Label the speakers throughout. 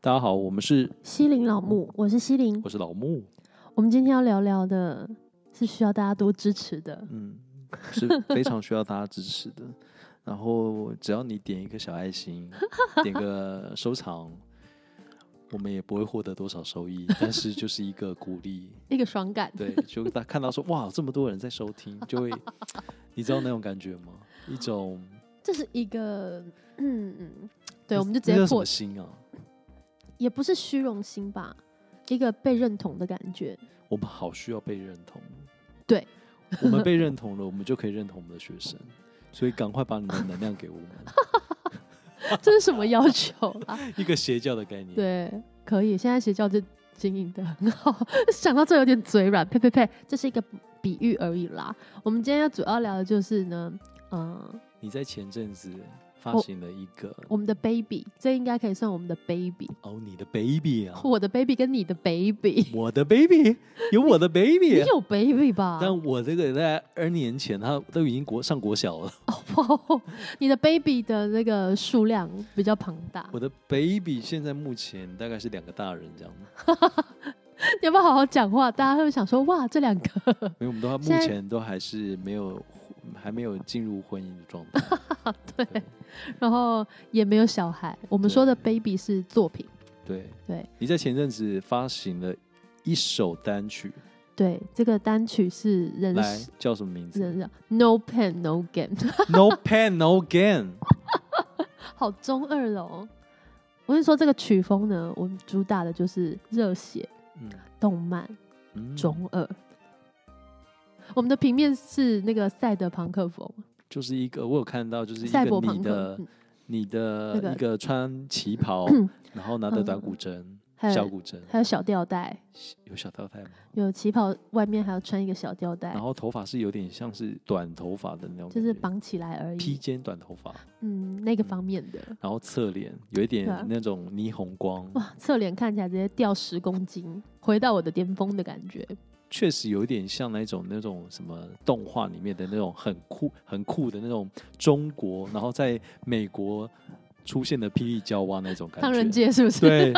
Speaker 1: 大家好，我们是
Speaker 2: 西林老木，我是西林
Speaker 1: 我。是老木，
Speaker 2: 我们今天要聊聊的是需要大家多支持的，
Speaker 1: 嗯， 是非常需要大家支持的。然后只要你点一个小爱 心，点个收藏，我们也不会获得多少收 益，但是就是一个鼓励。
Speaker 2: 一个爽感。
Speaker 1: 对，就大看到说哇，这么多人在收听，就 会你知道那种感觉吗？一种
Speaker 2: 这是一个，嗯嗯，对，
Speaker 1: 那
Speaker 2: 我们就直
Speaker 1: 那
Speaker 2: 接
Speaker 1: 叫什
Speaker 2: 破
Speaker 1: 么，心啊？
Speaker 2: 也不是虚荣心吧，一个被认同的感觉。
Speaker 1: 我们好需要被认同。
Speaker 2: 对，
Speaker 1: 我们被认同了，我们就可以认同我们的学生，所以赶快把你们的能量给 我们。
Speaker 2: 这是什么要求 啊？
Speaker 1: 一个邪教的概念。
Speaker 2: 对，可以。现在邪教就经营的很好， 想到这有点嘴软，呸呸呸，这是一个比喻而已啦。我们今天要主要聊的就是呢，嗯、
Speaker 1: 你在前阵子发
Speaker 2: 我
Speaker 1: 行了一个
Speaker 2: 我们的 baby，这应该可以算我们的 baby，
Speaker 1: 哦，你的 baby 啊，
Speaker 2: 我的 baby 跟你的 baby。
Speaker 1: 我的 baby 有我的 baby，啊
Speaker 2: 你有啊 baby 吧？
Speaker 1: 但我这个在 N 年前，他都已经国上国小了。
Speaker 2: 哇你的 baby 的那个数量比较庞大，
Speaker 1: 我的 baby 现在目前大概是两个大人 这样，
Speaker 2: 你要不要好好讲话？大家会想说，哇，这两个
Speaker 1: 因为我们都目
Speaker 2: 现在
Speaker 1: 前都还是没有还没有进入婚姻的状态。
Speaker 2: 对，
Speaker 1: 对
Speaker 2: 然后也没有小孩。我们
Speaker 1: 对
Speaker 2: 说的 baby 是作品，
Speaker 1: 对
Speaker 2: 对
Speaker 1: 你在前阵子发行了一首单曲，
Speaker 2: 对，这个单曲是人
Speaker 1: 来
Speaker 2: 生
Speaker 1: 叫什么名
Speaker 2: 人
Speaker 1: 字
Speaker 2: 生 No Pain No Gain，
Speaker 1: ？No pain, no gain。
Speaker 2: 好中二哦。我是说这个曲风呢，我们主打的就是热血、
Speaker 1: 嗯
Speaker 2: 动漫、
Speaker 1: 嗯，
Speaker 2: 中二。我们的平面是那个赛德朋克风，
Speaker 1: 就是一个我有看到，就是一
Speaker 2: 赛
Speaker 1: 个
Speaker 2: 博朋
Speaker 1: 你
Speaker 2: 克嗯
Speaker 1: 的。你的
Speaker 2: 那个嗯
Speaker 1: 一个穿旗袍， 然后拿着短古筝、
Speaker 2: 还有
Speaker 1: 小古筝，
Speaker 2: 还有小吊带，
Speaker 1: 有小吊带吗？
Speaker 2: 有旗袍外面还要穿一个小吊带
Speaker 1: 然，后头发是有点像是短头发的那种感觉，
Speaker 2: 就是绑起来而
Speaker 1: 披
Speaker 2: 已。
Speaker 1: 肩短头发，
Speaker 2: 嗯，那个方面的，
Speaker 1: 然后侧脸有一点
Speaker 2: 对啊
Speaker 1: 那种霓虹光，
Speaker 2: 哇，侧脸看起来直接掉十公斤，回到我的巅峰的感觉。
Speaker 1: 确实有一点像那种那种什么动画里面的那种很酷很酷的那种中国，然后在美国出现的霹雳娇娃那种感觉，
Speaker 2: 唐人街是不是？
Speaker 1: 对，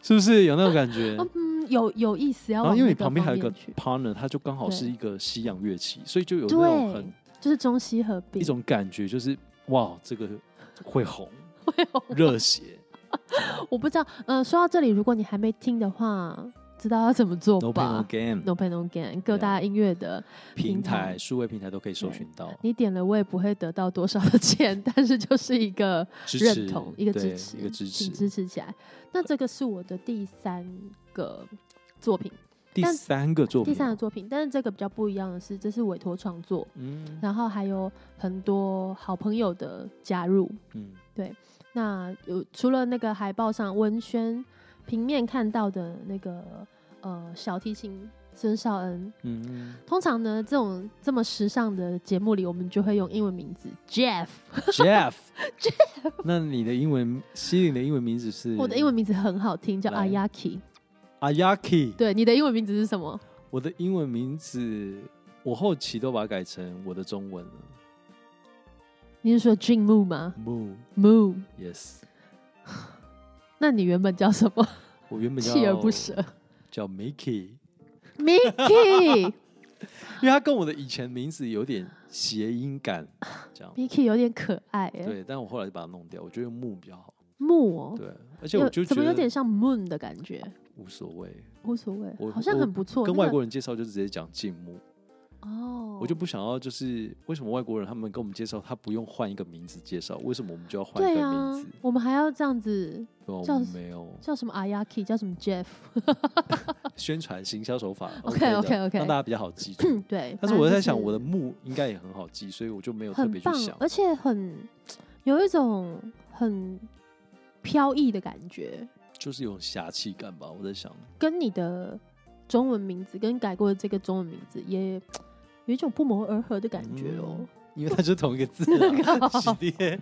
Speaker 1: 是不是有那种感 觉？
Speaker 2: 嗯， 有有意思，要
Speaker 1: 然后
Speaker 2: 往
Speaker 1: 因为
Speaker 2: 那
Speaker 1: 你旁边还有一
Speaker 2: 方
Speaker 1: 个
Speaker 2: 面去，
Speaker 1: partner，他就刚好
Speaker 2: 对
Speaker 1: 是一个西洋乐器，所以就有那种
Speaker 2: 对
Speaker 1: 很，
Speaker 2: 就是中西合璧
Speaker 1: 一。种感觉，就是哇，这个会 红，
Speaker 2: 红
Speaker 1: 热 血
Speaker 2: 我不知道，嗯、说到这里，如果你还没听的话，知道要怎么做
Speaker 1: ，No Pain No
Speaker 2: 吧
Speaker 1: Gain，啊
Speaker 2: ？No Pain No Gain，各大音乐的，
Speaker 1: 平
Speaker 2: 平
Speaker 1: 台
Speaker 2: 台
Speaker 1: 数位平台都可以搜寻到，
Speaker 2: 你点了我也不会得到多少的钱， 但是就是一个
Speaker 1: 支持
Speaker 2: 认同，一个
Speaker 1: 对
Speaker 2: 支持，
Speaker 1: 一个支
Speaker 2: 请
Speaker 1: 持。
Speaker 2: 支持起来。那这个是我的第三个作品，
Speaker 1: 第
Speaker 2: 但
Speaker 1: 三个作
Speaker 2: 第
Speaker 1: 品，哦
Speaker 2: 三个作品，但是这个比较不一样的是，这是委托创作，
Speaker 1: 嗯
Speaker 2: 然后还有很多好朋友的加入。
Speaker 1: 嗯，
Speaker 2: 那有除了那个海报上文轩平面看到的那个呃小提琴孙少恩，
Speaker 1: 嗯
Speaker 2: 通常呢这种这么时尚的节目里，我们就会用英文名字 Jeff。
Speaker 1: ，Jeff，那你的英文，西林的英文名字是
Speaker 2: 我的英文名字很好听，叫
Speaker 1: 来
Speaker 2: Ayaki。
Speaker 1: Ayaki，
Speaker 2: 对，你的英文名字是什么？
Speaker 1: 我的英文名字，我后期都把它改成我的中文了
Speaker 2: 你是说 Jin Moo 吗
Speaker 1: ，Moon。
Speaker 2: ？Moo。
Speaker 1: Yes，
Speaker 2: 那你原本叫什 么？
Speaker 1: 我原本叫
Speaker 2: 锲而 不舍
Speaker 1: 叫 Mickey，
Speaker 2: ，Mickey。
Speaker 1: 因为它跟我的以前名字有点谐音感，这样
Speaker 2: Mickey 有点可爱哎、
Speaker 1: 对。但我后来就把它弄掉，我觉得用木比较好。
Speaker 2: 木哦，
Speaker 1: 对，而且
Speaker 2: 有
Speaker 1: 我就觉
Speaker 2: 怎么有点
Speaker 1: 得
Speaker 2: 像 Moon 的感觉？
Speaker 1: 无所谓，
Speaker 2: 无所谓
Speaker 1: 我，
Speaker 2: 好像很不错。
Speaker 1: 跟
Speaker 2: 那个
Speaker 1: 外国人介绍就直接讲静木，
Speaker 2: 哦，
Speaker 1: 我就不想要就是为什么外国人他们跟我们介绍，他不用换一个名字介绍，为什么我们就要换一
Speaker 2: 对
Speaker 1: 个
Speaker 2: 啊
Speaker 1: 名字？，
Speaker 2: 我们还要这样子
Speaker 1: 对啊，我
Speaker 2: 叫
Speaker 1: 们没有
Speaker 2: 叫什么 Ayaki，叫什么 Jeff？
Speaker 1: 宣传行销手法
Speaker 2: OK，
Speaker 1: 的
Speaker 2: OK，OK
Speaker 1: 让大家比较好记住。
Speaker 2: 对，
Speaker 1: 但是我在
Speaker 2: 反
Speaker 1: 想，
Speaker 2: 正
Speaker 1: 我
Speaker 2: 就是
Speaker 1: 的木应该也很好记，所以我就没有特别
Speaker 2: 很
Speaker 1: 去
Speaker 2: 棒
Speaker 1: 想，。
Speaker 2: 而且很有一种很飘逸的感觉，
Speaker 1: 就是有侠气感吧。我在想，
Speaker 2: 跟你的中文名字跟改过的这个中文名字也有一种不谋而合的感觉哦。
Speaker 1: 嗯因为它就是同一个字、 啊，洗爹。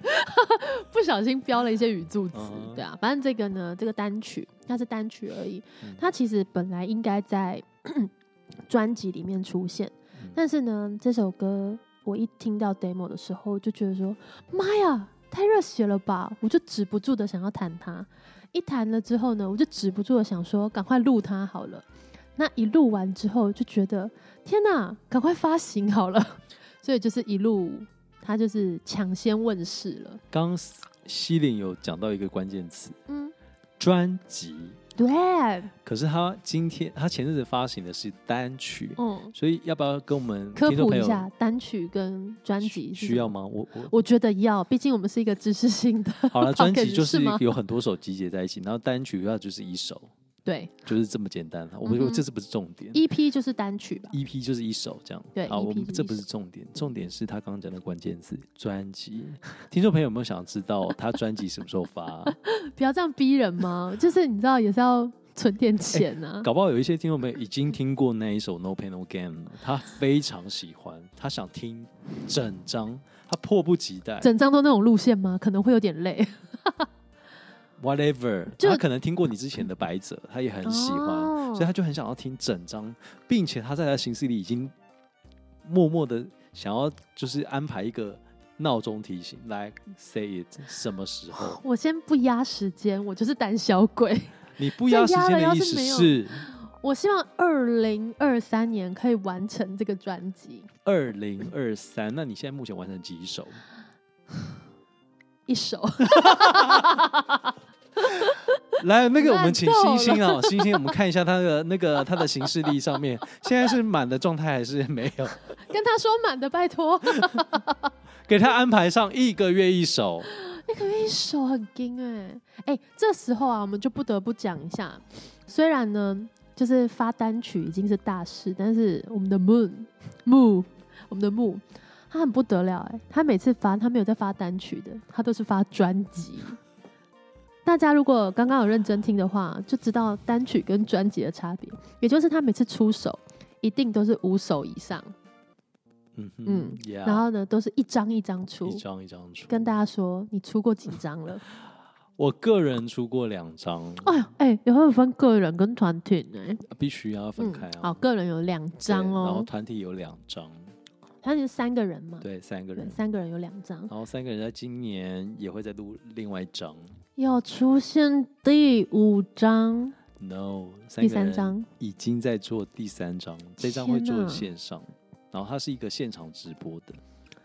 Speaker 2: 不小心标了一些语助词
Speaker 1: 嗯哼，
Speaker 2: 对啊，反正这个呢，这个单曲它是单曲而已
Speaker 1: 嗯，
Speaker 2: 它其实本来应该在 专辑里面出现
Speaker 1: 嗯，
Speaker 2: 但是呢，这首歌我一听到 demo 的时候，就觉得说，妈呀，太热血了吧！我就止不住的想要弹它，一谈了之后呢，我就止不住的想说，赶快录它好了。那一录完之后，就觉得天哪，赶快发行好了。 所以就是一路，它就是抢先问世了。
Speaker 1: 刚刚西林有讲到一个关键词，
Speaker 2: 嗯，
Speaker 1: 专辑。
Speaker 2: 对，
Speaker 1: 可是他今天他前阵子发行的是单曲，
Speaker 2: 嗯，
Speaker 1: 所以要不要跟我们
Speaker 2: 科
Speaker 1: 听众
Speaker 2: 普
Speaker 1: 朋
Speaker 2: 一
Speaker 1: 友
Speaker 2: 下单曲跟专
Speaker 1: 需
Speaker 2: 辑是什
Speaker 1: 需要
Speaker 2: 么？
Speaker 1: 吗？我我
Speaker 2: 我觉得要，毕竟我们是一个知识性的 podcast。
Speaker 1: 好了，专辑就是
Speaker 2: 是吗
Speaker 1: 有很多首集结在一起，然后单曲的话就是一首，
Speaker 2: 对
Speaker 1: 就是这么简单。啊我
Speaker 2: 嗯
Speaker 1: 们
Speaker 2: 哼
Speaker 1: 这是不是重点
Speaker 2: ，EP 就是单曲吧？
Speaker 1: ？EP 就是一首这样，
Speaker 2: 对
Speaker 1: 好，
Speaker 2: EP
Speaker 1: 我们
Speaker 2: 就是一
Speaker 1: 这不是重点，重点是他刚刚讲的关键字专辑。听众朋友有没有想知道他专辑什么时候发？
Speaker 2: 不要这样逼人嘛，就是你知道也是要存点钱啊。
Speaker 1: 哎 搞不好有一些听众朋友已经听过那一首《No Pain No Gain》了，他非常喜欢，他想听整张，他迫不及待。
Speaker 2: 整张都那种路线吗？可能会有点累。
Speaker 1: Whatever，
Speaker 2: 就
Speaker 1: 他可能听过你之前的《白泽》，他也很喜欢，
Speaker 2: 哦
Speaker 1: 所以他就很想要听整张，并且他在他行事里已经默默的想要就是安排一个闹钟提醒来 say it 什么时 候。
Speaker 2: 我先不压时间，我就是胆小鬼。
Speaker 1: 你不压时
Speaker 2: 这压
Speaker 1: 间
Speaker 2: 了要
Speaker 1: 的意
Speaker 2: 是
Speaker 1: 思
Speaker 2: 没有
Speaker 1: 是
Speaker 2: 我希望二零二三年可以完成这个专辑，
Speaker 1: 二零二三，那你现在目前完成几首？
Speaker 2: 一首。
Speaker 1: 来，那个我
Speaker 2: 烂
Speaker 1: 们请
Speaker 2: 透
Speaker 1: 星星
Speaker 2: 了
Speaker 1: 啊，星星，我们看一下他的那个他的行事历上面，现在是满的状态还是没有？
Speaker 2: 跟他说满的，拜托，
Speaker 1: 给他安排上一个月一首。
Speaker 2: 那个一首很惊哎哎，这时候啊，我们就不得不讲一下，虽然呢，就是发单曲已经是大事，但是我们的 Moon Moon，我们的 Moon，他很不得了哎、他每次发他没有在发单曲的，他都是发专辑。大家如果刚刚有认真听的话，就知道单曲跟专辑的差别，也就是他每次出手一定都是五首以上，
Speaker 1: 嗯
Speaker 2: 嗯
Speaker 1: 哼，yeah,
Speaker 2: 然后呢都是一张一张出
Speaker 1: 一。张一张出。
Speaker 2: 跟大家说，你出过几张了？
Speaker 1: 我个人出过两张，
Speaker 2: 哎呦，哎，也会有分个人跟团体呢。嗯
Speaker 1: 必须要分开啊。
Speaker 2: 好，个人有两张
Speaker 1: 对然后
Speaker 2: 哦，
Speaker 1: 团体有两张，
Speaker 2: 他是三个人嘛，
Speaker 1: 对，三个
Speaker 2: 对，
Speaker 1: 人。
Speaker 2: 三个人有两张，
Speaker 1: 然后三个人在今年也会再录另外一张
Speaker 2: 要出现第五张、
Speaker 1: ，No，三
Speaker 2: 第
Speaker 1: 个人
Speaker 2: 三张，
Speaker 1: 已经在做第三张，这张会
Speaker 2: 天
Speaker 1: 做
Speaker 2: 哪
Speaker 1: 线上，然后它是一个现场直播的，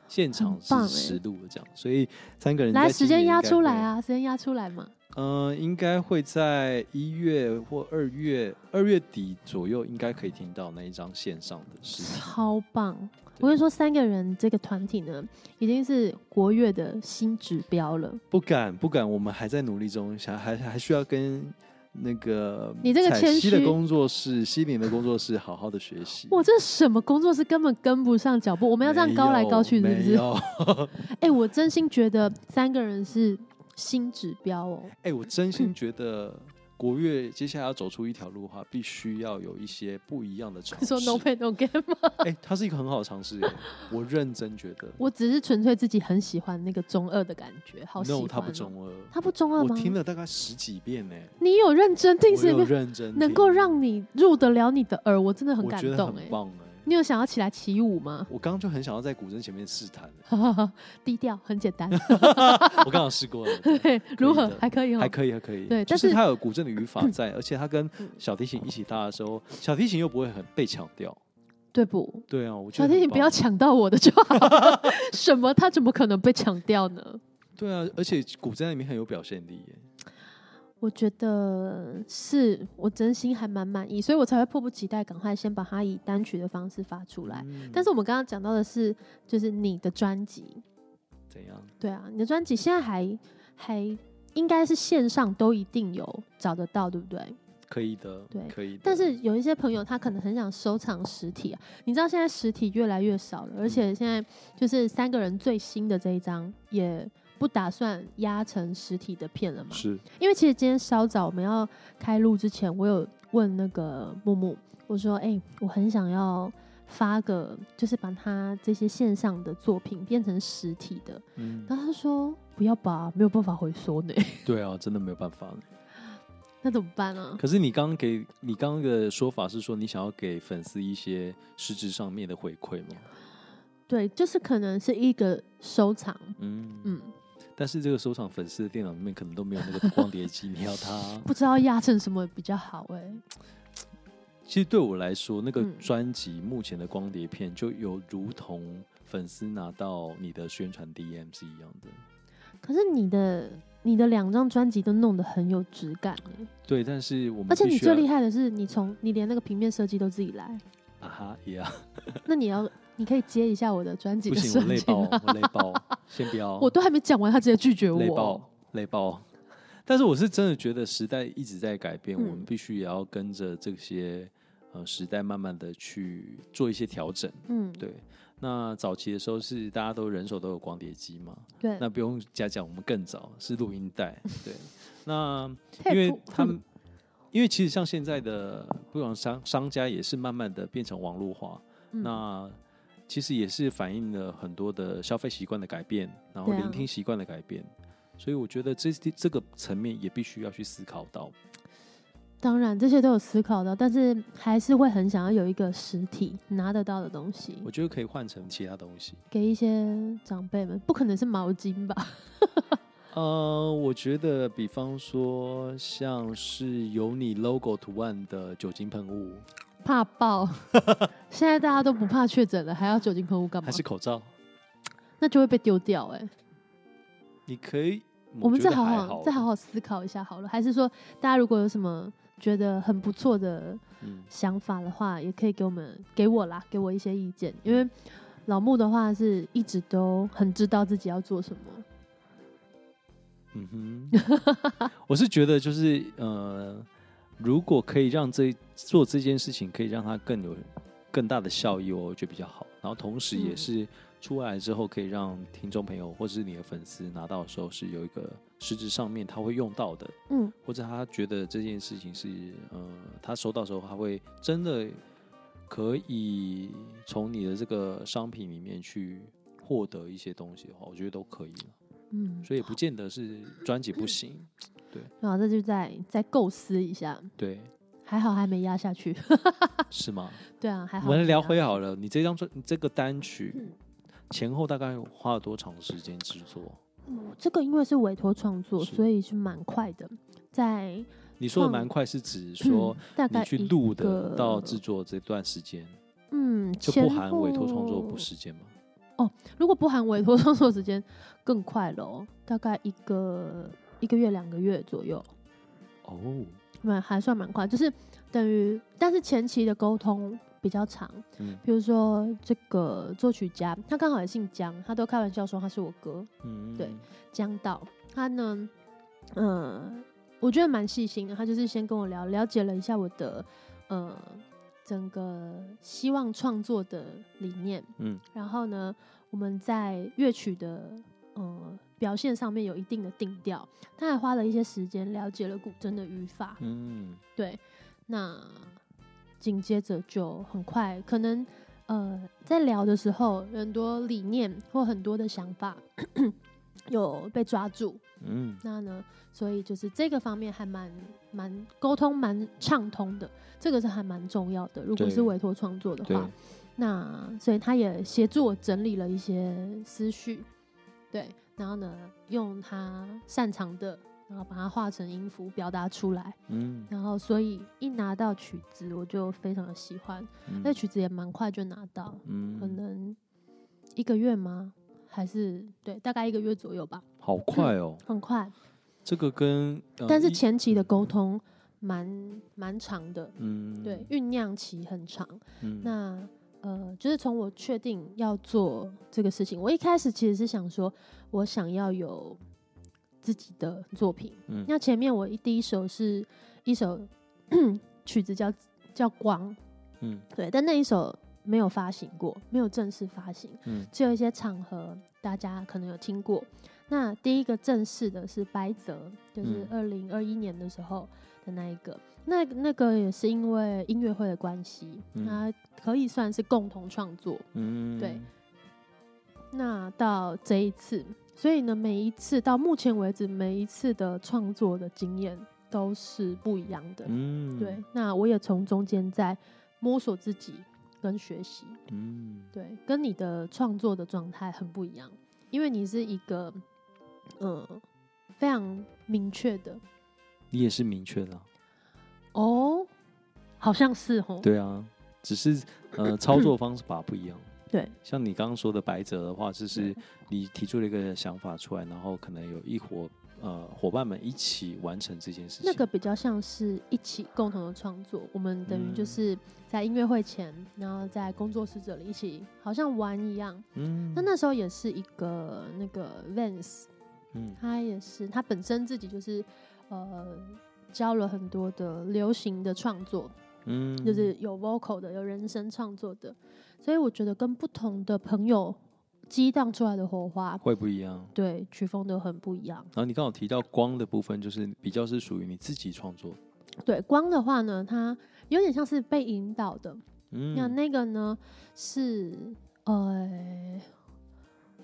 Speaker 1: 现场
Speaker 2: 很棒欸
Speaker 1: 是实录的这样，所以三个人
Speaker 2: 来
Speaker 1: 在今
Speaker 2: 时间
Speaker 1: 年
Speaker 2: 压
Speaker 1: 应该
Speaker 2: 出
Speaker 1: 会
Speaker 2: 来。啊，时间压出来嘛。
Speaker 1: 嗯、应该会在一月或二月二月底左右，应该可以听到那一张线上的实体。
Speaker 2: 超棒！我跟你说，三个人这个团体呢，已经是国乐的新指标了。
Speaker 1: 不敢，不敢，我们还在努力中，想还还需要跟那个
Speaker 2: 你这个
Speaker 1: 彩
Speaker 2: 谦
Speaker 1: 西的
Speaker 2: 虚
Speaker 1: 工作室、西岭的工作室好好的学习。
Speaker 2: 哇，这什么工作是根本跟不上脚步？我
Speaker 1: 没
Speaker 2: 们
Speaker 1: 有
Speaker 2: 要这样高来高去，是不
Speaker 1: 没
Speaker 2: 是？
Speaker 1: 有
Speaker 2: 哎，我真心觉得三个人是新指标哦。
Speaker 1: 哎、我真 心觉得国乐接下来要走出一条路的话，必须要有一些不一样的尝
Speaker 2: 你
Speaker 1: 试。
Speaker 2: 说 no pain no gain 吗？
Speaker 1: 哎、它是一个很好的尝试耶，我认真觉得。
Speaker 2: 我只是纯粹自己很喜欢那个中二的感觉，好喜欢、
Speaker 1: no，
Speaker 2: 哦。
Speaker 1: 它不中二。
Speaker 2: 它不中二
Speaker 1: 我
Speaker 2: 吗？
Speaker 1: 听了大概十几遍呢，
Speaker 2: 你有认真
Speaker 1: 我
Speaker 2: 听是
Speaker 1: 有认真听，
Speaker 2: 能够让你入得了你的耳，我真的很
Speaker 1: 我
Speaker 2: 感
Speaker 1: 觉得
Speaker 2: 动
Speaker 1: 很
Speaker 2: 哎。
Speaker 1: 棒哎。
Speaker 2: 你有想要起来起舞吗？
Speaker 1: 我刚刚就很想要在古筝前面试探耶，
Speaker 2: 低调，很简 单。
Speaker 1: 我刚好试过了，
Speaker 2: 对，如何
Speaker 1: 的
Speaker 2: 还可以哦
Speaker 1: 还。可以，还可以。
Speaker 2: 对
Speaker 1: 就
Speaker 2: 但
Speaker 1: 是
Speaker 2: 是
Speaker 1: 它有古筝的语法在，而且它跟
Speaker 2: 嗯
Speaker 1: 小提琴一起搭的时候，小提琴又不会很被强调。
Speaker 2: 对不？
Speaker 1: 对啊，我觉得
Speaker 2: 小
Speaker 1: 很
Speaker 2: 提琴不要
Speaker 1: 棒
Speaker 2: 抢到我的就好了。 什么？他怎么可能被抢掉呢？
Speaker 1: 对啊，而且古筝在里面很有表现力耶。
Speaker 2: 我觉得是我真心还蛮满意，所以我才会迫不及待，赶快先把它以单曲的方式发出来。
Speaker 1: 嗯
Speaker 2: 但是我们刚刚讲到的是，就是你的专辑，
Speaker 1: 怎样？
Speaker 2: 对啊，你的专辑现在还还应该是线上都一定有找得到，对不对？
Speaker 1: 可以的，
Speaker 2: 对
Speaker 1: 可以的。
Speaker 2: 但是有一些朋友他可能很想收藏实体啊，你知道现在实体越来越少了，而且现在就是三个人最新的这一张也不打算压成实体的片了嘛，
Speaker 1: 是
Speaker 2: 因为其实今天稍早我们要开录之前，我有问那个木木，我说：“哎、我很想要发个，就是把他这些线上的作品变成实体的。
Speaker 1: 嗯”，
Speaker 2: 然后他说：“不要吧，没有办法回收呢，
Speaker 1: 对啊，真的没有办法。
Speaker 2: 那怎么办啊
Speaker 1: 可是你刚刚给你刚刚的说法是说，你想要给粉丝一些实质上面的回馈吗？？”
Speaker 2: 对，就是可能是一个收藏，
Speaker 1: 嗯，
Speaker 2: 嗯，
Speaker 1: 但是这个收藏粉丝的电脑里面可能都没有那个光碟机， 你要它。
Speaker 2: 不知道压成什么比较好哎、
Speaker 1: 其实对我来说，那个
Speaker 2: 嗯
Speaker 1: 专辑目前的光碟片就有如同粉丝拿到你的宣传 DM 是一样的。
Speaker 2: 可是你的你的两张专辑都弄得很有质感哎、
Speaker 1: 对，但是我们
Speaker 2: 而且
Speaker 1: 必
Speaker 2: 你
Speaker 1: 须要
Speaker 2: 最厉害的是，你从你连那个平面设计都自己来，
Speaker 1: 啊哈也啊，
Speaker 2: 那你要你可以接一下我的专辑
Speaker 1: 不
Speaker 2: 的
Speaker 1: 行，
Speaker 2: 设
Speaker 1: 我累
Speaker 2: 计
Speaker 1: 爆，
Speaker 2: 吗？
Speaker 1: 我累爆，先不要，
Speaker 2: 我都还没讲完，他直接拒绝
Speaker 1: 累
Speaker 2: 我。
Speaker 1: 爆，累爆。但是我是真的觉得时代一直在改变，
Speaker 2: 嗯
Speaker 1: 我们必须也要跟着这些呃时代慢慢的去做一些调整。
Speaker 2: 嗯，
Speaker 1: 对，那早期的时候是大家都人手都有光碟机嘛，
Speaker 2: 对
Speaker 1: 那，不用加讲，我们更早是录音带。对， 那
Speaker 2: 太
Speaker 1: 因为
Speaker 2: 酷嗯
Speaker 1: 他们，因为其实像现在的不管商商家也是慢慢的变成网络化，
Speaker 2: 嗯
Speaker 1: 那其实也是反映了很多的消费习惯的改变，然后
Speaker 2: 对啊
Speaker 1: 聆听习惯的改变，所以我觉得这这个层面也必须要去思考到。
Speaker 2: 当然这些都有思考到，但是还是会很想要有一个实体拿得到的东西，
Speaker 1: 我觉得可以换成其他东西。
Speaker 2: 给一些长辈们，不可能是毛 巾吧？
Speaker 1: 呃，我觉得比方说像是有你 logo 图案的酒精喷雾，
Speaker 2: 怕爆！现在大家都不怕确诊了，还要酒精喷雾干嘛
Speaker 1: 还？是口罩，
Speaker 2: 那就会被丢掉哎、
Speaker 1: 你可以。
Speaker 2: 我们
Speaker 1: 觉
Speaker 2: 再
Speaker 1: 得
Speaker 2: 好
Speaker 1: 还
Speaker 2: 好再好好思考一下好了，还是说大家如果有什么觉得很不错的
Speaker 1: 嗯，
Speaker 2: 想法的话，也可以给我们给我啦，给我一些意见，因为老木的话是一直都很知道自己要做什么。
Speaker 1: 嗯哼，我是觉得就是呃，如果可以让这做这件事情，可以让它更有更大的效益，我觉得比较好。然后同时也
Speaker 2: 嗯
Speaker 1: 是出来之后，可以让听众朋友或是你的粉丝拿到的时候，是有一个实质上面他会用到的，
Speaker 2: 嗯，
Speaker 1: 或者他觉得这件事情是呃，他收到的时候他会真的可以从你的这个商品里面去获得一些东西的话，我觉得都可以了。
Speaker 2: 嗯，
Speaker 1: 所以也不见得是专辑不行。
Speaker 2: 然后这就再再构思一下，
Speaker 1: 对，
Speaker 2: 还好还没压下去。
Speaker 1: 是吗？
Speaker 2: 对啊，还好
Speaker 1: 我们来
Speaker 2: 没
Speaker 1: 聊
Speaker 2: 压
Speaker 1: 回好了，你这张专你这个单曲
Speaker 2: 嗯
Speaker 1: 前后大概花了多长时间制作？
Speaker 2: 嗯这个因为是委托创作，
Speaker 1: 是
Speaker 2: 所以是蛮快的，在
Speaker 1: 你说的
Speaker 2: 创
Speaker 1: 蛮快，是指说
Speaker 2: 嗯大概
Speaker 1: 你去
Speaker 2: 一
Speaker 1: 录
Speaker 2: 个
Speaker 1: 的到制作这段时间，
Speaker 2: 嗯
Speaker 1: 就
Speaker 2: 前
Speaker 1: 不含委托创作
Speaker 2: 后
Speaker 1: 不时间吗？
Speaker 2: 如果不含委托创作时间，更快了哦，大概一个一个月、两个月左右，
Speaker 1: 哦，
Speaker 2: 蛮还算蛮快。就是等于，但是前期的沟通比较长。
Speaker 1: 嗯
Speaker 2: 比如说这个作曲家，他刚好也姓江，他都开玩笑说他是我哥
Speaker 1: 嗯，
Speaker 2: 对江道。他呢，嗯，我觉得蛮细心的，他就是先跟我聊，了解了一下我的呃整个希望创作的理念，
Speaker 1: 嗯
Speaker 2: 然后呢，我们在乐曲的呃表现上面有一定的定调，他还花了一些时间了解了古筝的语法，
Speaker 1: 嗯，
Speaker 2: 对，那紧接着就很快，可能呃在聊的时候，很多理念或很多的想法 有被抓住，
Speaker 1: 嗯
Speaker 2: 那呢，所以就是这个方面还蛮蛮沟通蛮畅通的，这个是还蛮重要的。如果
Speaker 1: 对
Speaker 2: 是委托创作的
Speaker 1: 对
Speaker 2: 话，那所以他也协助我整理了一些思绪，对，然后呢，用他擅长的，然后把它画成音符表达出来，
Speaker 1: 嗯，
Speaker 2: 然后所以一拿到曲子我就非常的喜欢，
Speaker 1: 嗯
Speaker 2: 那曲子也蛮快就拿到，可
Speaker 1: 嗯，
Speaker 2: 能一个月吗？还是对，大概一个月左右吧，
Speaker 1: 好快哦，
Speaker 2: 很快。
Speaker 1: 这个跟呃
Speaker 2: 嗯但是
Speaker 1: 一
Speaker 2: 前期的沟通蛮蛮长的，
Speaker 1: 嗯
Speaker 2: 对，酝酿期很长。
Speaker 1: 嗯
Speaker 2: 那呃，就是从我确定要做这个事情，我一开始其实是想说，我想要有自己的作品。
Speaker 1: 嗯
Speaker 2: 那前面我一第一首是一首 曲子叫叫《光》，
Speaker 1: 嗯
Speaker 2: 对，但那一首没有发行过，没有正式发行，
Speaker 1: 嗯
Speaker 2: 只有一些场合大家可能有听过。那第一个正式的是白泽，
Speaker 1: 嗯
Speaker 2: 就是二零二一年的时候的那一个。那那个也是因为音乐会的关系，
Speaker 1: 嗯
Speaker 2: 它可以算是共同创作。
Speaker 1: 嗯，
Speaker 2: 对那到这一次，所以呢，每一次到目前为止，每一次的创作的经验都是不一样的。
Speaker 1: 嗯
Speaker 2: 对，那我也从中间在摸索自己跟学习。
Speaker 1: 嗯
Speaker 2: 对，跟你的创作的状态很不一样，因为你是一个嗯，非常明确的
Speaker 1: 你也是明确的啊、
Speaker 2: 哦，好像是哦，
Speaker 1: 对啊，只是 呃操作方法不一样。
Speaker 2: 对
Speaker 1: 像你刚刚说的白泽的话，就是你提出了一个想法出来，然后可能有一伙呃伙伴们一起完成这件事情。
Speaker 2: 那个比较像是一起共同的创作，我们等于
Speaker 1: 嗯
Speaker 2: 就是在音乐会前，然后在工作室这里一起好像玩一样。
Speaker 1: 嗯
Speaker 2: 那那时候也是一个那个 Vance，
Speaker 1: 嗯
Speaker 2: 他也是他本身自己就是呃教了很多的流行的创作，
Speaker 1: 嗯，
Speaker 2: 就是有 vocal 的，有人声创作的，所以我觉得跟不同的朋友激荡出来的火花，
Speaker 1: 会不一样。
Speaker 2: 对曲风都很不一样。
Speaker 1: 然后你刚好提到光的部分，就是比较是属于你自己创作。
Speaker 2: 对光的话呢，它有点像是被引导的，
Speaker 1: 嗯，
Speaker 2: 那那个呢是呃，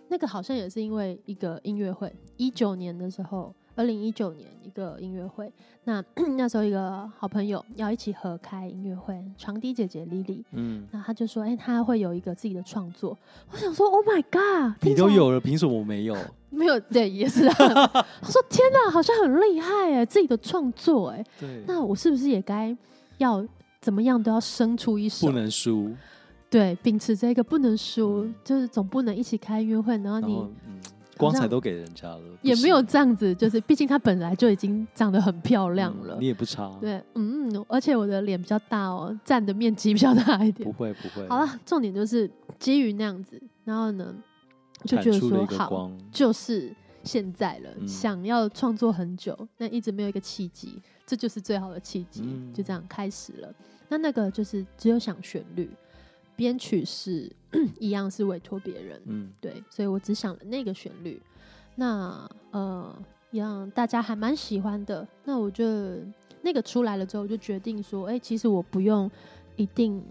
Speaker 2: 那个好像也是因为一个音乐会，一九年的时候，二零一九年一个音乐会，那 那时候一个好朋友要一起合开音乐会，长笛姐姐 Lily，
Speaker 1: 嗯，
Speaker 2: 那她就说，哎、她会有一个自己的创作，我想说，Oh my god，
Speaker 1: 你
Speaker 2: 听起来
Speaker 1: 都有了，凭什么我没有？
Speaker 2: 没有？对，也是、啊， 我说天哪，好像很厉害哎，自己的创作哎，
Speaker 1: 对，
Speaker 2: 那我是不是也该要怎么样都要生出一首
Speaker 1: 不？能输。
Speaker 2: 对，秉持这个不能输，
Speaker 1: 嗯
Speaker 2: 就是总不能一起开音乐会，然后
Speaker 1: 然
Speaker 2: 你
Speaker 1: 后嗯，光彩都给人家了，不
Speaker 2: 也没有
Speaker 1: 行
Speaker 2: 这样子，就是毕竟她本来就已经长得很漂亮
Speaker 1: 嗯
Speaker 2: 了。
Speaker 1: 你也不差。，
Speaker 2: 对，嗯，而且我的脸比较大哦，占的面积比较大一
Speaker 1: 不
Speaker 2: 点。
Speaker 1: 会不会。
Speaker 2: 好了，重点就是基于那样子，然后呢，就
Speaker 1: 产
Speaker 2: 觉得
Speaker 1: 出了
Speaker 2: 说
Speaker 1: 一个
Speaker 2: 好，
Speaker 1: 光，
Speaker 2: 就是现在了，
Speaker 1: 嗯
Speaker 2: 想要创作很久，但一直没有一个契机，这就是最好的契机，
Speaker 1: 嗯
Speaker 2: 就这样开始了。那那个就是只有想旋律，编曲是 一样是委托别人，
Speaker 1: 嗯
Speaker 2: 对，所以我只想了那个旋律。那呃，也让大家还蛮喜欢的。那我就那个出来了之后，我就决定说，哎、其实我不用一定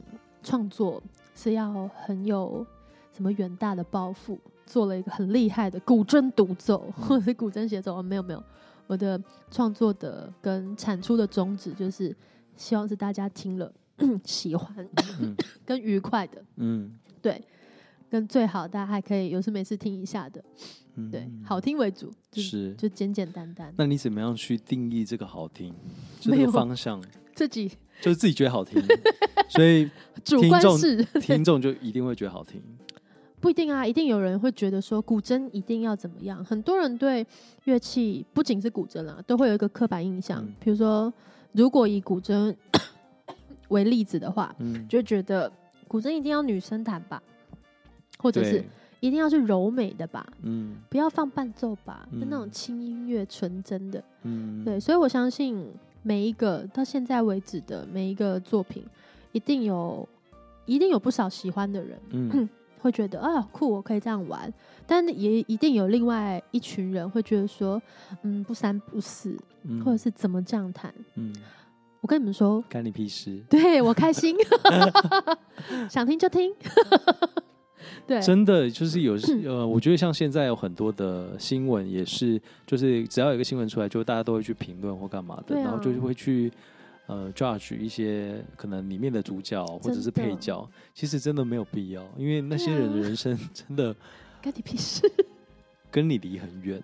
Speaker 2: 创作是要很有什么远大的抱负，做了一个很厉害的古筝独奏或者是古筝协奏。哦，没有没有，我的创作的跟产出的宗旨就是希望是大家听了 喜欢
Speaker 1: 嗯
Speaker 2: 跟愉快的。
Speaker 1: 嗯
Speaker 2: 跟最好大家还可以有事没事听一下的，
Speaker 1: 嗯，
Speaker 2: 对，好听为主，就是就简简单单，
Speaker 1: 那你怎么样去定义这个好听？就
Speaker 2: 没
Speaker 1: 这
Speaker 2: 有
Speaker 1: 个方向，
Speaker 2: 自己
Speaker 1: 就是自己觉得好 听，所以
Speaker 2: 主
Speaker 1: 听
Speaker 2: 观
Speaker 1: 众
Speaker 2: 是
Speaker 1: 听众就一定会觉得好听。
Speaker 2: 不一定啊，一定有人会觉得说古筝一定要怎么样，很多人对乐器不仅是古筝啦，都会有一个刻板印象，
Speaker 1: 嗯
Speaker 2: 比如说如果以古筝 为例子的话，
Speaker 1: 嗯，
Speaker 2: 就觉得古筝一定要女生弹吧，或者是
Speaker 1: 对，
Speaker 2: 一定要是柔美的吧，
Speaker 1: 嗯
Speaker 2: 不要放伴奏吧，
Speaker 1: 嗯
Speaker 2: 就那种轻音乐纯真的。
Speaker 1: 嗯，
Speaker 2: 对，，所以我相信每一个到现在为止的每一个作品，一定有一定有不少喜欢的人
Speaker 1: 嗯
Speaker 2: 会觉得啊酷，我可以这样玩，但也一定有另外一群人会觉得说，嗯，不三不四，
Speaker 1: 嗯，
Speaker 2: 或者是怎么这样弹？
Speaker 1: 嗯，
Speaker 2: 我跟你们说，
Speaker 1: 干你屁事，
Speaker 2: 对我开心， 想听就听，对，
Speaker 1: 真的就是有 呃，我觉得像现在有很多的新闻也是，就是只要有一个新闻出来，就大家都会去评论或干嘛的，
Speaker 2: 对啊
Speaker 1: 然后就是会去呃 judge 一些可能里面的主角或者是配角，其实真的没有必要，因为那些人的
Speaker 2: 对啊
Speaker 1: 人生 真的
Speaker 2: 干你屁事，
Speaker 1: 跟你离很远。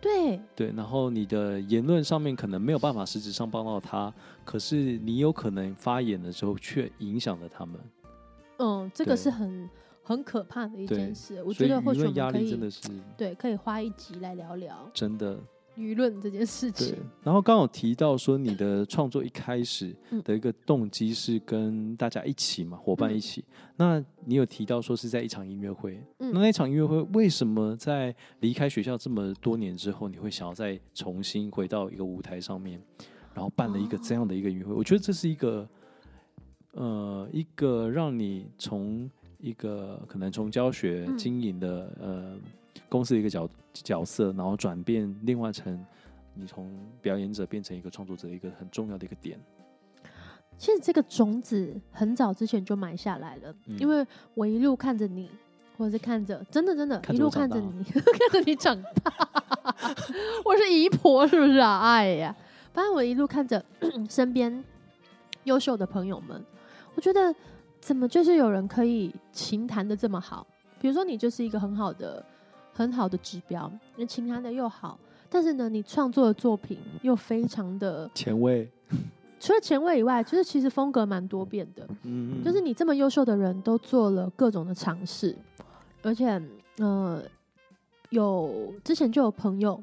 Speaker 2: 对，
Speaker 1: 对，然后你的言论上面可能没有办法实质上帮到他，可是你有可能发言的时候却影响了他们，
Speaker 2: 嗯，这个
Speaker 1: 对
Speaker 2: 是很很可怕的一件
Speaker 1: 对
Speaker 2: 事，我
Speaker 1: 所
Speaker 2: 觉
Speaker 1: 以
Speaker 2: 得或
Speaker 1: 舆
Speaker 2: 许我
Speaker 1: 论
Speaker 2: 们
Speaker 1: 压
Speaker 2: 可
Speaker 1: 力真
Speaker 2: 以
Speaker 1: 的是
Speaker 2: 对可以花一集来聊聊。
Speaker 1: 真的
Speaker 2: 舆论这件事
Speaker 1: 对
Speaker 2: 情。，
Speaker 1: 然后刚好提到说你的创作一开始
Speaker 2: 嗯
Speaker 1: 的一个动机是跟大家一起嘛，伙伴一起。那你有提到说是在一场音乐会，
Speaker 2: 嗯
Speaker 1: 那那场音乐会为什么在离开学校这么多年之后，你会想要再重新回到一个舞台上面，然后办了一个这样的一个音乐会？我觉得这是一个呃，一个让你从一个可能从教学
Speaker 2: 嗯
Speaker 1: 经营的、呃公司的一个角角色，然后转变另外成你从表演者变成一个创作者的一个很重要的一个点。
Speaker 2: 其实这个种子很早之前就埋下来了，
Speaker 1: 嗯
Speaker 2: 因为我一路看着你，或者是看着，真的真的，
Speaker 1: 看
Speaker 2: 一
Speaker 1: 着
Speaker 2: 路
Speaker 1: 我
Speaker 2: 看
Speaker 1: 长大
Speaker 2: 着你， 看着你长大，我是姨婆是不是啊？哎呀，反正我一路看着 身边优秀的朋友们，我觉得怎么就是有人可以琴弹的这么好？比如说你就是一个很好的很好的指标，你琴弹的又好，但是呢，你创作的作品又非常的
Speaker 1: 前卫，
Speaker 2: 除了前卫以外，就是其实风格蛮多变的。
Speaker 1: 嗯，
Speaker 2: 就是你这么优秀的人都做了各种的尝试，而且，呃，有之前就有朋友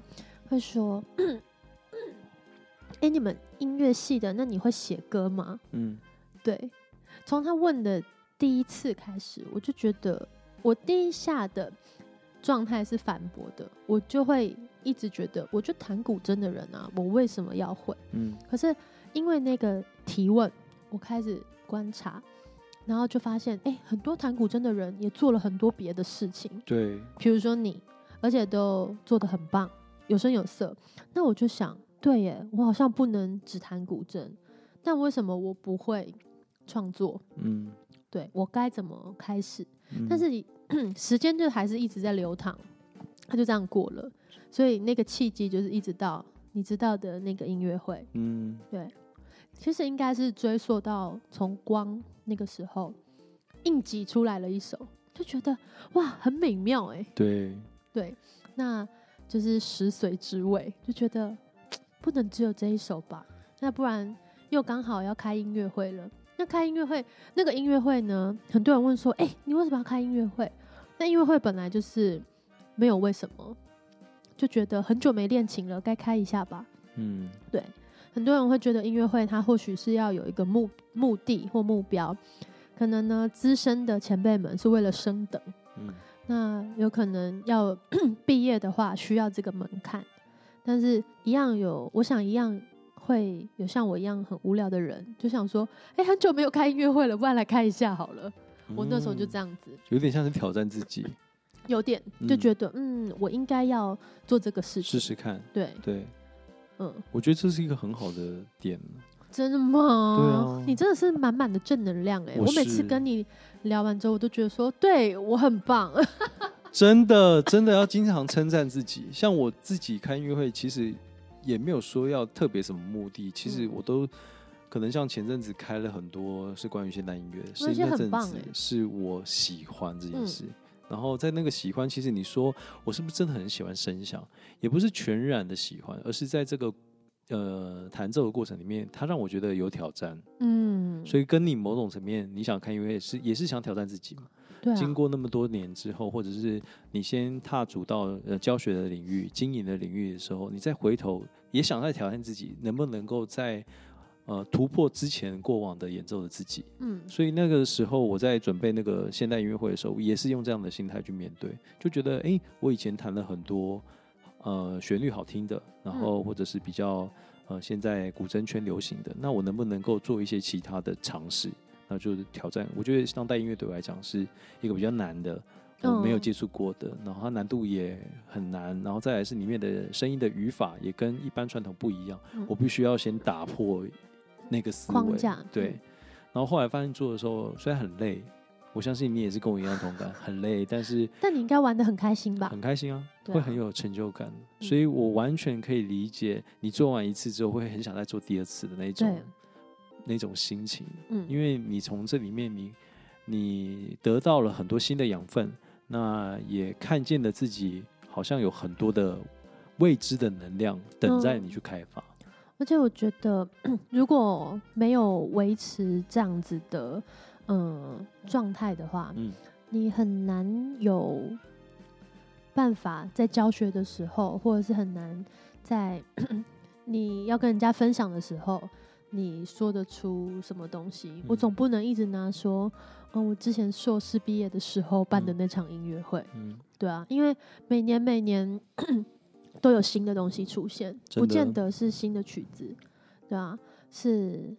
Speaker 2: 会说， 哎、你们音乐系的，那你会写歌吗？
Speaker 1: 嗯
Speaker 2: 对，从他问的第一次开始，我就觉得我第一下的状态是反驳的，我就会一直觉得，我就弹古筝的人啊，我为什么要会？
Speaker 1: 嗯
Speaker 2: 可是因为那个提问，我开始观察，然后就发现，哎、很多弹古筝的人也做了很多别的事情，
Speaker 1: 对，
Speaker 2: 比如说你，而且都做得很棒，有声有色。那我就想，对耶，我好像不能只弹古筝，但为什么我不会创作？
Speaker 1: 嗯，
Speaker 2: 对我该怎么开始？
Speaker 1: 嗯
Speaker 2: 但是你时间就还是一直在流淌，它就这样过了。所以那个契机就是一直到你知道的那个音乐会，
Speaker 1: 嗯
Speaker 2: 其实应该是追溯到从光那个时候，应急出来了一首，就觉得哇，很美妙哎、
Speaker 1: 对，
Speaker 2: 对，那就是食髓知味，就觉得不能只有这一首吧，那不然又刚好要开音乐会了。那开音乐会，那个音乐会呢，很多人问说，哎、你为什么要开音乐会？那音乐会本来就是没有为什么，就觉得很久没练琴了，该开一下吧。
Speaker 1: 嗯
Speaker 2: 对，很多人会觉得音乐会它或许是要有一个目目的或目标，可能呢资深的前辈们是为了升等，
Speaker 1: 嗯
Speaker 2: 那有可能要 毕业的话需要这个门槛，但是一样有，我想一样会有像我一样很无聊的人，就想说，哎、很久没有开音乐会了，不然来开一下好了。我那时候就
Speaker 1: 嗯
Speaker 2: 这样子，
Speaker 1: 有点像是挑战自己，
Speaker 2: 有点就觉得，嗯，我应该要做这个事
Speaker 1: 试
Speaker 2: 情。
Speaker 1: 试看。
Speaker 2: 对，
Speaker 1: 对，
Speaker 2: 嗯，
Speaker 1: 我觉得这是一个很好的点。
Speaker 2: 真的吗？
Speaker 1: 对啊
Speaker 2: 你真的是满满的正能量哎、
Speaker 1: 我
Speaker 2: 我每
Speaker 1: 是
Speaker 2: 次跟你聊完之后，我都觉得说，对我很棒。
Speaker 1: 真的，真的要经常称赞自己。像我自己开音乐会，其实也没有说要特别什么目的，其实
Speaker 2: 嗯
Speaker 1: 我都可能像前阵子开了很多是关于现代音乐，是
Speaker 2: 觉得
Speaker 1: 那
Speaker 2: 很
Speaker 1: 阵
Speaker 2: 棒
Speaker 1: 子
Speaker 2: 欸嗯
Speaker 1: 是我喜欢这件事。然后在那个喜欢，其实你说我是不是真的很喜欢声响，也不是全然的喜欢，而是在这个呃弹奏的过程里面，它让我觉得有挑战。
Speaker 2: 嗯，
Speaker 1: 所以跟你某种层面，你想看音乐会是也是想挑战自己嘛？
Speaker 2: 对啊，
Speaker 1: 经过那么多年之后，或者是你先踏足到呃教学的领域、经营的领域的时候，你再回头也想再挑战自己，能不能够在呃突破之前过往的演奏的自己。
Speaker 2: 嗯，
Speaker 1: 所以那个时候我在准备那个现代音乐会的时候，也是用这样的心态去面对，就觉得诶，我以前弹了很多呃旋律好听的，然后或者是比较呃现在古筝圈流行的，那我能不能够做一些其他的尝试？那就是挑战。我觉得当代音乐对我来讲是一个比较难的，我没有
Speaker 2: 嗯
Speaker 1: 接触过的，然后它难度也很难，然后再来是里面的声音的语法也跟一般传统不一样，
Speaker 2: 嗯
Speaker 1: 我必须要先打破那个思维
Speaker 2: 框架
Speaker 1: 对。
Speaker 2: 嗯
Speaker 1: 然后后来发现做的时候虽然很累，我相信你也是跟我一样同感，很累，但是
Speaker 2: 但你应该玩的很开心吧？
Speaker 1: 很开心啊，
Speaker 2: 对啊嗯
Speaker 1: 会很有成就感。所以我完全可以理解你做完一次之后会很想再做第二次的那种
Speaker 2: 对
Speaker 1: 那种心情，
Speaker 2: 嗯，
Speaker 1: 因为你从这里面你你得到了很多新的养分，那也看见了自己好像有很多的未知的能量
Speaker 2: 嗯
Speaker 1: 等待你去开发。
Speaker 2: 而且我觉得，如果没有维持这样子的嗯状态的话，
Speaker 1: 嗯
Speaker 2: 你很难有办法在教学的时候，或者是很难在你要跟人家分享的时候，你说得出什么东西。我
Speaker 1: 嗯
Speaker 2: 总不能一直拿说，嗯、我之前硕士毕业的时候办的
Speaker 1: 嗯
Speaker 2: 那场音乐会，
Speaker 1: 嗯，
Speaker 2: 对啊，因为每年每年 都有新的东西出现，
Speaker 1: 真的
Speaker 2: 不见得是新的曲子，对啊，是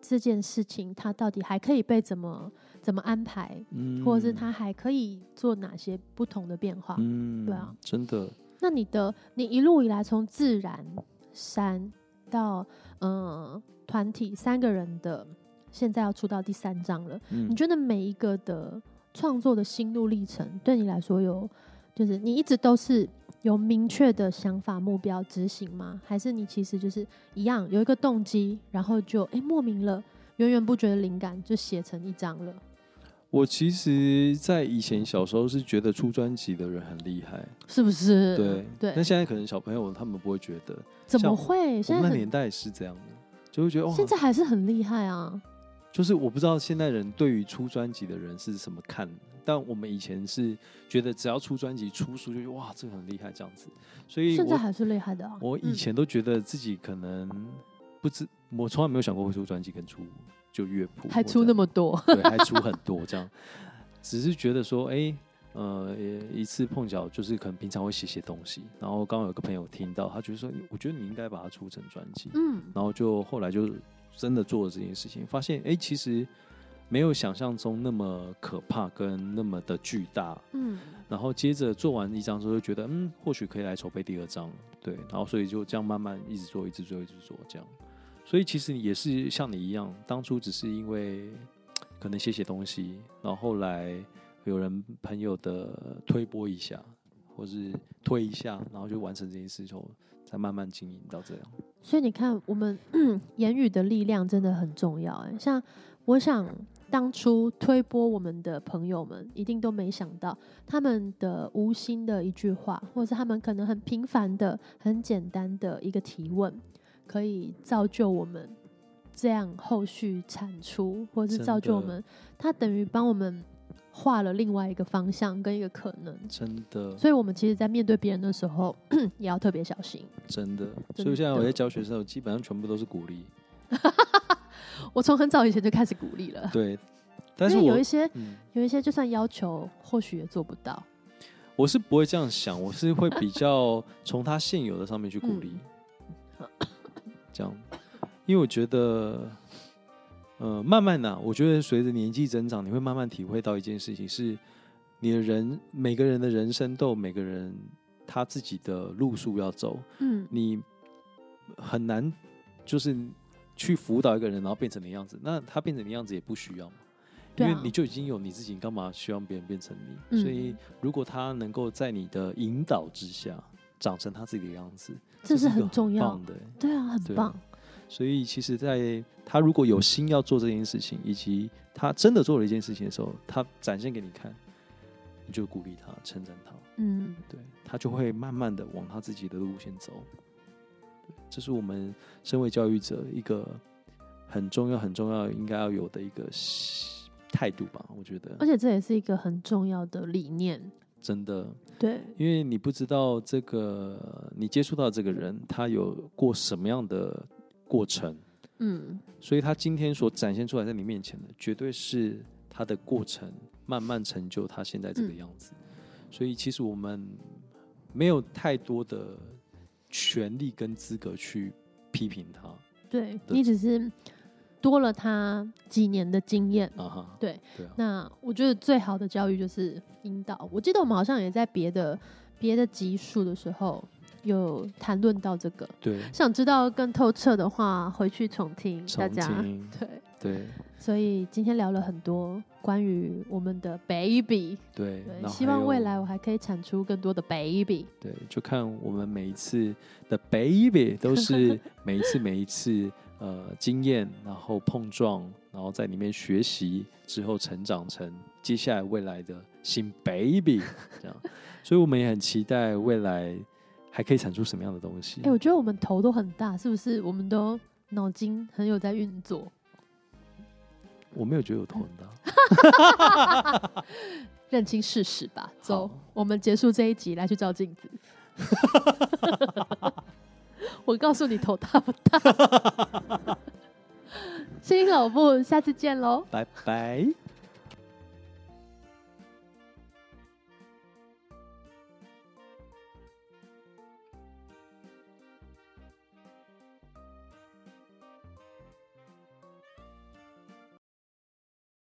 Speaker 2: 这件事情它到底还可以被怎么怎么安排，
Speaker 1: 嗯
Speaker 2: 或者是它还可以做哪些不同的变化？
Speaker 1: 嗯
Speaker 2: 对啊，
Speaker 1: 真的，
Speaker 2: 那你的你一路以来从自然山到嗯团、体三个人的，现在要出到第三章了，
Speaker 1: 嗯
Speaker 2: 你觉得每一个的创作的心路历程，对你来说有，就是你一直都是有明确的想法、目标、执行吗？还是你其实就是一样有一个动机，然后就哎、诶莫名了，源源不绝的灵感就写成一张了？
Speaker 1: 我其实，在以前小时候是觉得出专辑的人很厉害，
Speaker 2: 是不是？
Speaker 1: 对但
Speaker 2: 嗯对，
Speaker 1: 现在可能小朋友他们不会觉得，
Speaker 2: 怎
Speaker 1: 像
Speaker 2: 么会？
Speaker 1: 我
Speaker 2: 现
Speaker 1: 们那
Speaker 2: 在很
Speaker 1: 年代是这样的，就会觉得哇，
Speaker 2: 现在还是很厉害啊！
Speaker 1: 就是我不知道现代人对于出专辑的人是什么看，但我们以前是觉得只要出专辑出书就觉得哇，这个很厉害这样子，所以
Speaker 2: 现在
Speaker 1: 我
Speaker 2: 还是厉害的啊！
Speaker 1: 我以
Speaker 2: 嗯
Speaker 1: 前都觉得自己可能不知，我从来没有想过会出专辑跟出就乐谱，
Speaker 2: 还出那么多，
Speaker 1: 对，还出很多这样，只是觉得说，哎、呃，一次碰巧就是可能平常会写写东西，然后刚好有个朋友听到，他觉得说，我觉得你应该把它出成专辑，
Speaker 2: 嗯，
Speaker 1: 然后就后来就真的做了这件事情，发现哎、诶其实没有想象中那么可怕跟那么的巨大。
Speaker 2: 嗯，
Speaker 1: 然后接着做完一张之后，就觉得嗯，或许可以来筹备第二张，对。然后所以就这样慢慢一直做，一直做，一直做这样。所以其实也是像你一样，当初只是因为嘖可能写写东西，然后后来有人朋友的推波一下，或是推一下，然后就完成这件事情后，再慢慢经营到这样。
Speaker 2: 所以你看，我们 言语的力量真的很重要。哎，像我想当初推波我们的朋友们，一定都没想到他们的无心的一句话，或者是他们可能很平凡的、很简单的一个提问，可以造就我们这样后续产出，或者是
Speaker 1: 嗯真
Speaker 2: 造就我
Speaker 1: 的
Speaker 2: 们。他等于帮我们画了另外一个方向跟一个可能。
Speaker 1: 真的，
Speaker 2: 所以，我们其实，在面对别人的时候， 也要特别小心。
Speaker 1: 真的。
Speaker 2: 真
Speaker 1: 所以现在我在
Speaker 2: 的
Speaker 1: 教学生，我基本上全部都是鼓励，
Speaker 2: 我从很早以前就开始鼓励了。
Speaker 1: 对。但是
Speaker 2: 因为
Speaker 1: 我
Speaker 2: 有一些
Speaker 1: 嗯，
Speaker 2: 有一些就算要求，或许也做不到。
Speaker 1: 我是不会这样想， 我是会比较从他现有的上面去鼓励，
Speaker 2: 嗯
Speaker 1: 这样，因为我觉得，呃，慢慢的、我觉得随着年纪增长，你会慢慢体会到一件事情是，你的人每个人的人生都有每个人他自己的路数要走，
Speaker 2: 嗯，
Speaker 1: 你很难就是去辅导一个人，然后变成你的样子，那他变成你的样子也不需要嘛。因
Speaker 2: 对
Speaker 1: 为
Speaker 2: 啊
Speaker 1: 你就已经有你自己，你干嘛希望别人变成你？
Speaker 2: 嗯
Speaker 1: 所以，如果他能够在你的引导之下长成他自己的样子，
Speaker 2: 这
Speaker 1: 是
Speaker 2: 是
Speaker 1: 一个
Speaker 2: 很重要
Speaker 1: 棒。的。
Speaker 2: 对啊，
Speaker 1: 对
Speaker 2: 很棒。
Speaker 1: 所以，其实在他如果有心要做这件事情，以及他真的做了一件事情的时候，他展现给你看，你就鼓励他、称赞他，
Speaker 2: 嗯，
Speaker 1: 对他就会慢慢的往他自己的路线走。对这是我们身为教育者一个很重要、很重要应该要有的一个态度吧，我觉得。
Speaker 2: 而且这也是一个很重要的理念。
Speaker 1: 真的，
Speaker 2: 对，
Speaker 1: 因为你不知道这个你接触到这个人，他有过什么样的过程，
Speaker 2: 嗯，
Speaker 1: 所以他今天所展现出来在你面前的，绝对是他的过程慢慢成就他现在这个
Speaker 2: 嗯
Speaker 1: 样子。所以其实我们没有太多的权利跟资格去批评他
Speaker 2: 对
Speaker 1: 对
Speaker 2: 你只是多了他几年的经验。
Speaker 1: 啊哈。
Speaker 2: 对
Speaker 1: 对啊，
Speaker 2: 那我觉得最好的教育就是引导。我记得我们好像也在别的别的集数的时候有谈论到这个。
Speaker 1: 对，
Speaker 2: 想知道更透彻的话，回去重听大
Speaker 1: 重
Speaker 2: 家。
Speaker 1: 听，
Speaker 2: 对，
Speaker 1: 对
Speaker 2: 所以今天聊了很多关于我们的 baby，
Speaker 1: 对，然
Speaker 2: 对，
Speaker 1: 后
Speaker 2: 希
Speaker 1: 还
Speaker 2: 望未
Speaker 1: 有
Speaker 2: 来我还可以产出更多的 baby。
Speaker 1: 对，就看我们每一次的 baby 都 是每一次每一次呃经验，然后碰撞，然后在里面学习之后成长成接下来未来的新 baby 这样，所以我们也很期待未来还可以产出什么样的东西。
Speaker 2: 哎、我觉得我们头都很大，是不是？我们都脑筋很有在运作，
Speaker 1: 我没有觉得我头很大，
Speaker 2: 认清事实吧。走
Speaker 1: 好，
Speaker 2: 我们结束这一集，来去 照镜子。我告诉你，头大不大？ 辛辛苦苦，下次见喽。
Speaker 1: 拜拜。